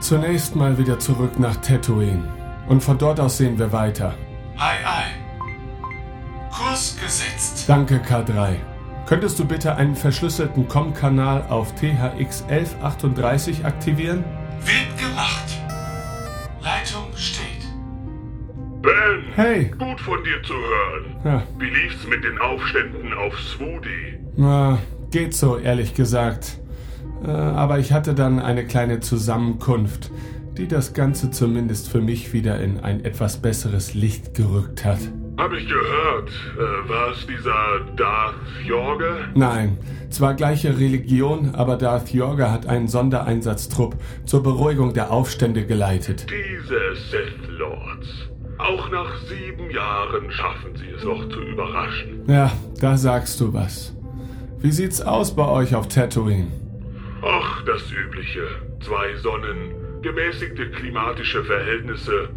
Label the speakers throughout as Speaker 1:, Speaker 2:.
Speaker 1: Zunächst mal wieder zurück nach Tatooine. Und von dort aus sehen wir weiter.
Speaker 2: Ei, ei. Kurs gesetzt.
Speaker 1: Danke, K3. Könntest du bitte einen verschlüsselten COM-Kanal auf THX 1138 aktivieren?
Speaker 2: Wird gemacht. Leitung steht.
Speaker 3: Ben,
Speaker 1: Hey!
Speaker 3: gut von dir zu hören.
Speaker 1: Ja,
Speaker 3: Wie lief's mit den Aufständen auf Swudi?
Speaker 1: na, geht so, ehrlich gesagt. Äh, aber ich hatte dann eine kleine Zusammenkunft, die das Ganze zumindest für mich wieder in ein etwas besseres Licht gerückt hat.
Speaker 3: Hab ich gehört. Äh, war es dieser Darth Jorge?
Speaker 1: Nein, zwar gleiche Religion, aber Darth Yorga hat einen Sondereinsatztrupp zur Beruhigung der Aufstände geleitet.
Speaker 3: Diese Sith Lords. Auch nach sieben Jahren schaffen sie es noch zu überraschen.
Speaker 1: Ja, da sagst du was. Wie sieht's aus bei euch auf Tatooine?
Speaker 3: Ach, das Übliche. Zwei Sonnen, gemäßigte klimatische Verhältnisse.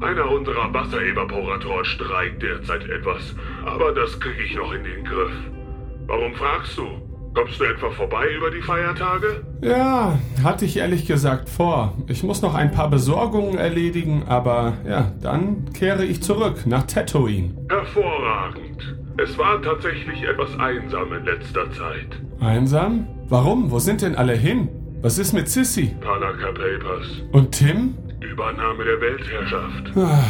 Speaker 3: Einer unserer Wasserevaporatoren streikt derzeit etwas, aber das kriege ich noch in den Griff. Warum fragst du? Kommst du etwa vorbei über die Feiertage?
Speaker 1: Ja, hatte ich ehrlich gesagt vor. Ich muss noch ein paar Besorgungen erledigen, aber ja, dann kehre ich zurück nach Tatooine.
Speaker 3: Hervorragend. Es war tatsächlich etwas einsam in letzter Zeit.
Speaker 1: Einsam? Warum? Wo sind denn alle hin? Was ist mit Sissy?
Speaker 3: Panaka Papers.
Speaker 1: Und Tim?
Speaker 3: Übernahme der Weltherrschaft.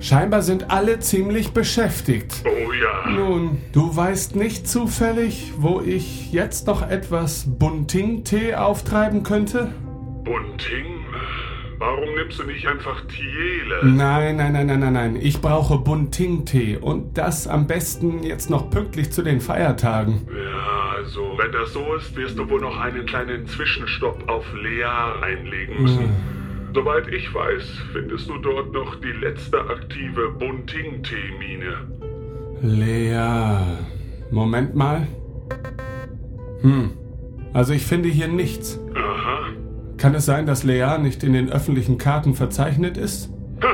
Speaker 1: Scheinbar sind alle ziemlich beschäftigt.
Speaker 3: Oh ja.
Speaker 1: Nun, du weißt nicht zufällig, wo ich jetzt noch etwas Bunting-Tee auftreiben könnte?
Speaker 3: Bunting? Warum nimmst du nicht einfach Tiele?
Speaker 1: Nein, nein, nein, nein, nein, nein. Ich brauche Bunting-Tee und das am besten jetzt noch pünktlich zu den Feiertagen.
Speaker 3: Ja, also, wenn das so ist, wirst du wohl noch einen kleinen Zwischenstopp auf Lea einlegen müssen. Soweit ich weiß, findest du dort noch die letzte aktive Bunting-Teemine.
Speaker 1: Lea. Moment mal. Hm. Also ich finde hier nichts.
Speaker 3: Aha.
Speaker 1: Kann es sein, dass Lea nicht in den öffentlichen Karten verzeichnet ist?
Speaker 3: Ha,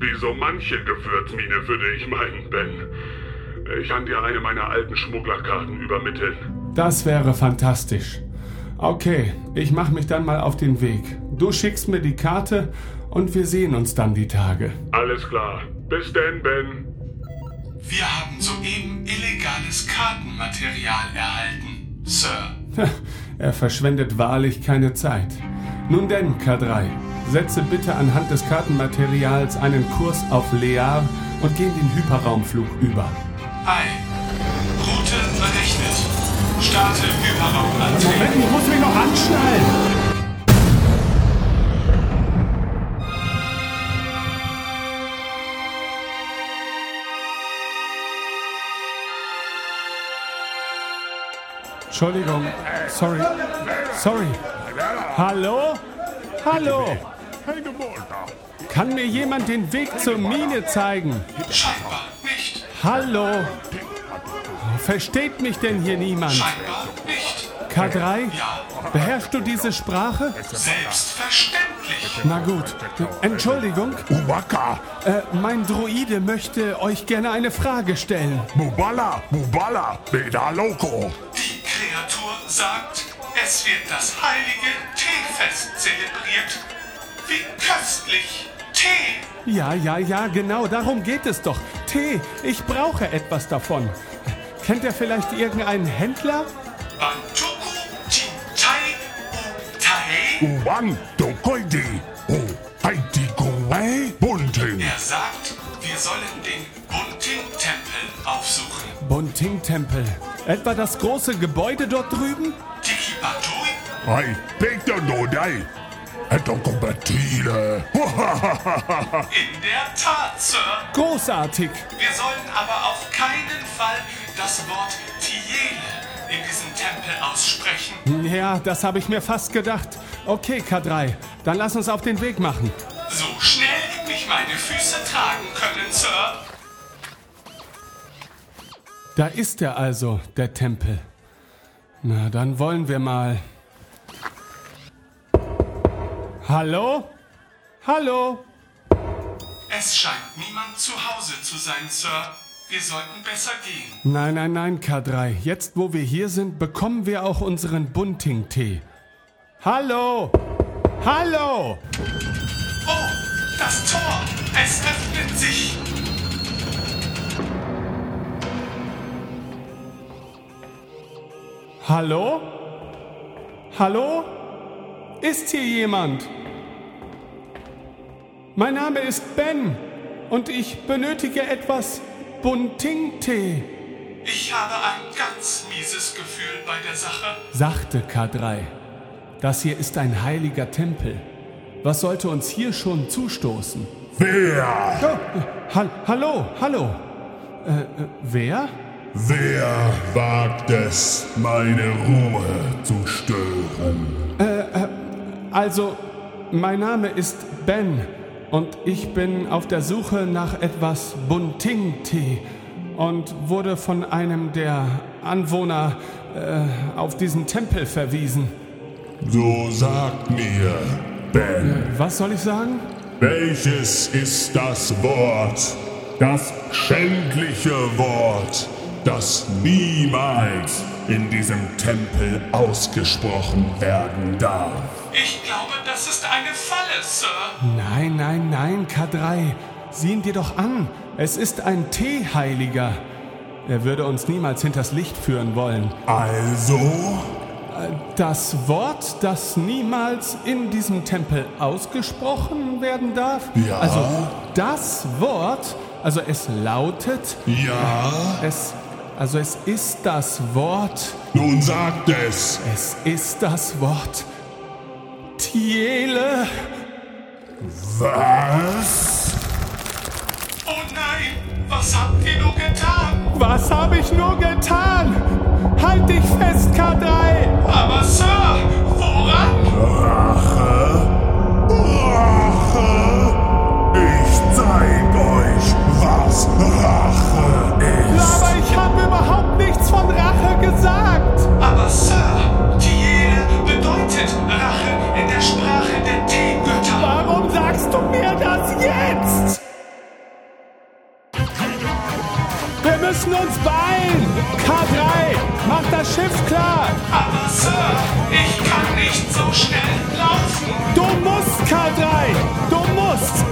Speaker 3: wie so manche Gewürzmine würde ich meinen, Ben. Ich kann dir eine meiner alten Schmugglerkarten übermitteln.
Speaker 1: Das wäre fantastisch. Okay, ich mache mich dann mal auf den Weg. Du schickst mir die Karte und wir sehen uns dann die Tage.
Speaker 3: Alles klar. Bis denn, Ben.
Speaker 2: Wir haben soeben illegales Kartenmaterial erhalten, Sir.
Speaker 1: Er verschwendet wahrlich keine Zeit. Nun denn, K3, setze bitte anhand des Kartenmaterials einen Kurs auf Lear und geh in den Hyperraumflug über.
Speaker 2: Ei. Route berechnet. Starte Hyperraumantrieb.
Speaker 1: ich muss mich noch anschnallen! Entschuldigung, sorry, sorry. Hallo? Hallo? Kann mir jemand den Weg zur Mine zeigen?
Speaker 2: Scheinbar nicht.
Speaker 1: Hallo? Versteht mich denn hier niemand?
Speaker 2: Scheinbar nicht.
Speaker 1: K3?
Speaker 2: Ja,
Speaker 1: Beherrschst du diese Sprache?
Speaker 2: selbstverständlich.
Speaker 1: Na gut. Entschuldigung,
Speaker 4: Bubaka,
Speaker 1: äh, mein Droide möchte euch gerne eine Frage stellen.
Speaker 4: Bubala, Bubala, Beda Loco.
Speaker 2: Die Kreatur sagt, es wird das heilige Teefest zelebriert. Wie köstlich. Tee.
Speaker 1: Ja, ja, ja, genau, darum geht es doch. Tee, ich brauche etwas davon. Kennt ihr vielleicht irgendeinen Händler?
Speaker 2: Bantuku Jintai Utai.
Speaker 4: Uwan, Dokoidi, O, Haiti Kuwei, Bunting.
Speaker 2: Er sagt, wir sollen den Bunting-Tempel aufsuchen.
Speaker 1: Bunting-Tempel. Etwa das große Gebäude dort drüben?
Speaker 2: Dikibatui?
Speaker 4: Ei, Peter Dodai, Eto Kompatile.
Speaker 2: In der Tat, Sir.
Speaker 1: Großartig.
Speaker 2: Wir sollen aber auf keinen Fall das Wort Tiele in diesem Tempel aussprechen.
Speaker 1: Ja, das habe ich mir fast gedacht. Okay, K3, dann lass uns auf den Weg machen.
Speaker 2: So schnell mich meine Füße tragen können, Sir.
Speaker 1: Da ist er also, der Tempel. Na, dann wollen wir mal. Hallo? Hallo?
Speaker 2: Es scheint niemand zu Hause zu sein, Sir. Wir sollten besser gehen.
Speaker 1: Nein, nein, nein, K3. Jetzt, wo wir hier sind, bekommen wir auch unseren Bunting-Tee. Hallo?
Speaker 5: Hallo!
Speaker 2: Oh, das Tor! Es öffnet sich!
Speaker 1: Hallo? Hallo? Ist hier jemand? Mein Name ist Ben und ich benötige etwas Bunting-Tee,
Speaker 2: Ich habe ein ganz mieses Gefühl bei der Sache.
Speaker 1: sagte K3. Das hier ist ein heiliger Tempel. Was sollte uns hier schon zustoßen?
Speaker 4: Wer?
Speaker 1: Oh, hall- hallo, hallo. Äh, äh, wer?
Speaker 4: Wer wagt es, meine Ruhe zu stören?
Speaker 1: Also, mein Name ist Ben und ich bin auf der Suche nach etwas Bunting-Tee und wurde von einem der Anwohner äh, auf diesen Tempel verwiesen.
Speaker 4: So sagt mir, Ben,
Speaker 1: Was soll ich sagen?
Speaker 4: welches ist das Wort, das schändliche Wort, das niemals in diesem Tempel ausgesprochen werden darf?
Speaker 2: Ich glaube, das ist eine Falle, Sir.
Speaker 1: Nein, nein, nein, K3. Sieh ihn dir doch an. Es ist ein Teeheiliger. Er würde uns niemals hinters Licht führen wollen.
Speaker 4: Also?
Speaker 1: Das Wort, das niemals in diesem Tempel ausgesprochen werden darf?
Speaker 4: Ja.
Speaker 1: Also das Wort, also es lautet,
Speaker 4: Ja?
Speaker 1: es, also es ist das Wort,
Speaker 4: Nun sagt es.
Speaker 1: es ist das Wort. Tiele.
Speaker 4: Was?
Speaker 2: Oh nein, was habt ihr nur getan?
Speaker 1: Was habe ich nur getan? Halt dich fest, K3!
Speaker 2: Aber Sir, woran?
Speaker 4: Rache? Rache? Ich zeig euch, was Rache ist.
Speaker 1: Aber ich habe überhaupt nichts von Rache gesagt!
Speaker 2: Aber Sir, Tiele bedeutet Rache in der Sprache der Teegötter.
Speaker 1: Warum sagst du mir das jetzt? Wir müssen uns beeilen! K3, mach das Schiff klar!
Speaker 2: Aber Sir, ich kann nicht so schnell laufen.
Speaker 1: Du musst, K3, du musst!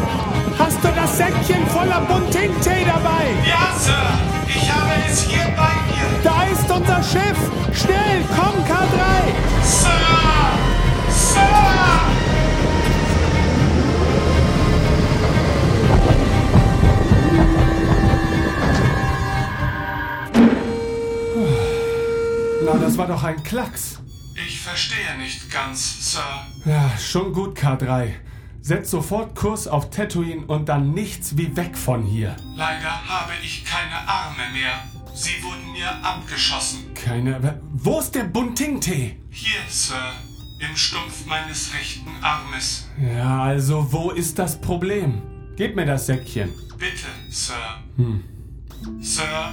Speaker 1: Hast du das Säckchen voller Bunting-Tee dabei?
Speaker 2: Ja, Sir, ich habe es hier bei mir.
Speaker 1: Da ist unser Schiff! Schnell, komm, K3!
Speaker 2: Sir! Sir!
Speaker 1: Na, das war doch ein Klacks.
Speaker 2: Ich verstehe nicht ganz, Sir.
Speaker 1: Ja, schon gut, K3. Setz sofort Kurs auf Tatooine und dann nichts wie weg von hier.
Speaker 2: Leider habe ich keine Arme mehr. Sie wurden mir abgeschossen.
Speaker 1: Keine. Wo ist der Bunting-Tee?
Speaker 2: Hier, Sir, im Stumpf meines rechten Armes.
Speaker 1: Ja, also wo ist das Problem? Gib mir das Säckchen.
Speaker 2: Bitte, Sir. Sir?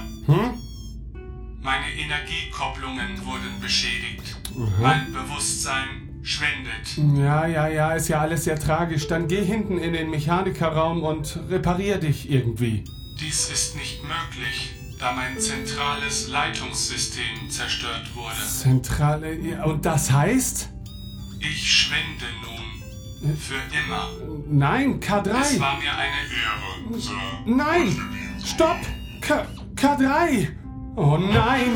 Speaker 2: Meine Energiekopplungen wurden beschädigt. Mein Bewusstsein schwindet.
Speaker 1: Ja, ja, ja, ist ja alles sehr tragisch. Dann geh hinten in den Mechanikerraum und reparier dich irgendwie.
Speaker 2: Dies ist nicht möglich, da mein zentrales Leitungssystem zerstört wurde.
Speaker 1: Zentrale. ja, Und das heißt?
Speaker 2: Ich schwinde nun. Für immer.
Speaker 1: Nein,
Speaker 2: Es
Speaker 1: K3!
Speaker 2: war mir eine Ehre, Sir.
Speaker 1: Nein! Stopp! K K3! Oh nein!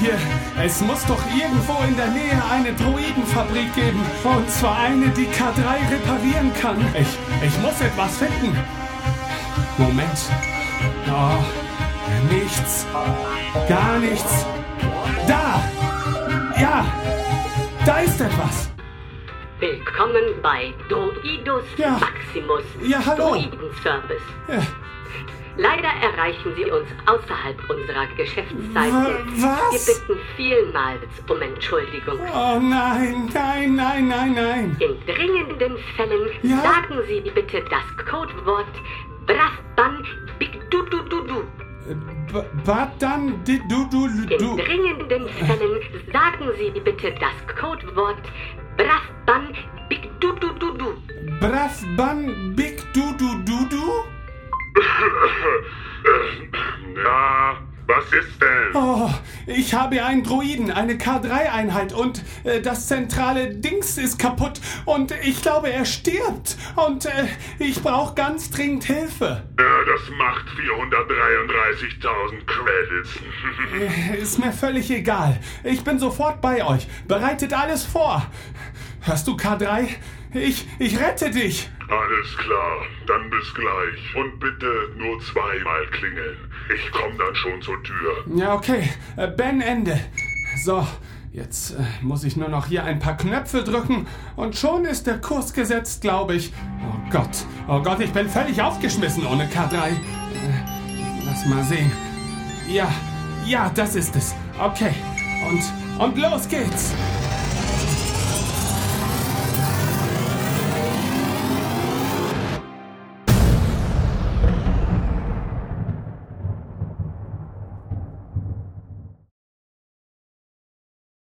Speaker 1: Hier, es muss doch irgendwo in der Nähe eine Droidenfabrik geben. Und zwar eine, die K3 reparieren kann. Ich, ich muss etwas finden. Moment. Oh, nichts. Gar nichts. Da! Ja! Da ist etwas.
Speaker 6: Willkommen bei Droidus
Speaker 1: Ja.
Speaker 6: Maximus
Speaker 1: Ja, hallo.
Speaker 6: Droidenservice.
Speaker 1: Äh,
Speaker 6: Leider erreichen Sie uns außerhalb unserer Geschäftszeiten.
Speaker 1: W- was?
Speaker 6: Wir bitten vielmals um Entschuldigung.
Speaker 1: Oh nein, nein, nein, nein, nein.
Speaker 6: In dringenden Fällen
Speaker 1: Ja?
Speaker 6: sagen Sie bitte das Codewort Brafban Bigdudududu.
Speaker 1: B Batan di du du
Speaker 6: In
Speaker 1: du.
Speaker 6: dringenden Fällen sagen Sie bitte das Codewort Brafban Bigdudududu.
Speaker 1: Brav ban big du du du du.
Speaker 3: Ja, ba, Was ist denn?
Speaker 1: Oh, ich habe einen Droiden, eine K3-Einheit und äh, das zentrale Dings ist kaputt und ich glaube, er stirbt und äh, ich brauche ganz dringend Hilfe.
Speaker 3: Ja, das macht 433.000 Credits.
Speaker 1: Äh, Ist mir völlig egal. Ich bin sofort bei euch. Bereitet alles vor. Hörst du, K3? Ich, ich rette dich.
Speaker 3: Alles klar, dann bis gleich. Und bitte nur zweimal klingeln. Ich komm dann schon zur Tür.
Speaker 1: Ja, okay. Äh, Ben, Ende. So, jetzt äh, muss ich nur noch hier ein paar Knöpfe drücken und schon ist der Kurs gesetzt, glaube ich. Oh Gott, oh Gott, ich bin völlig aufgeschmissen ohne K3. Äh, lass mal sehen. Ja, ja, das ist es. Okay, und, und los geht's.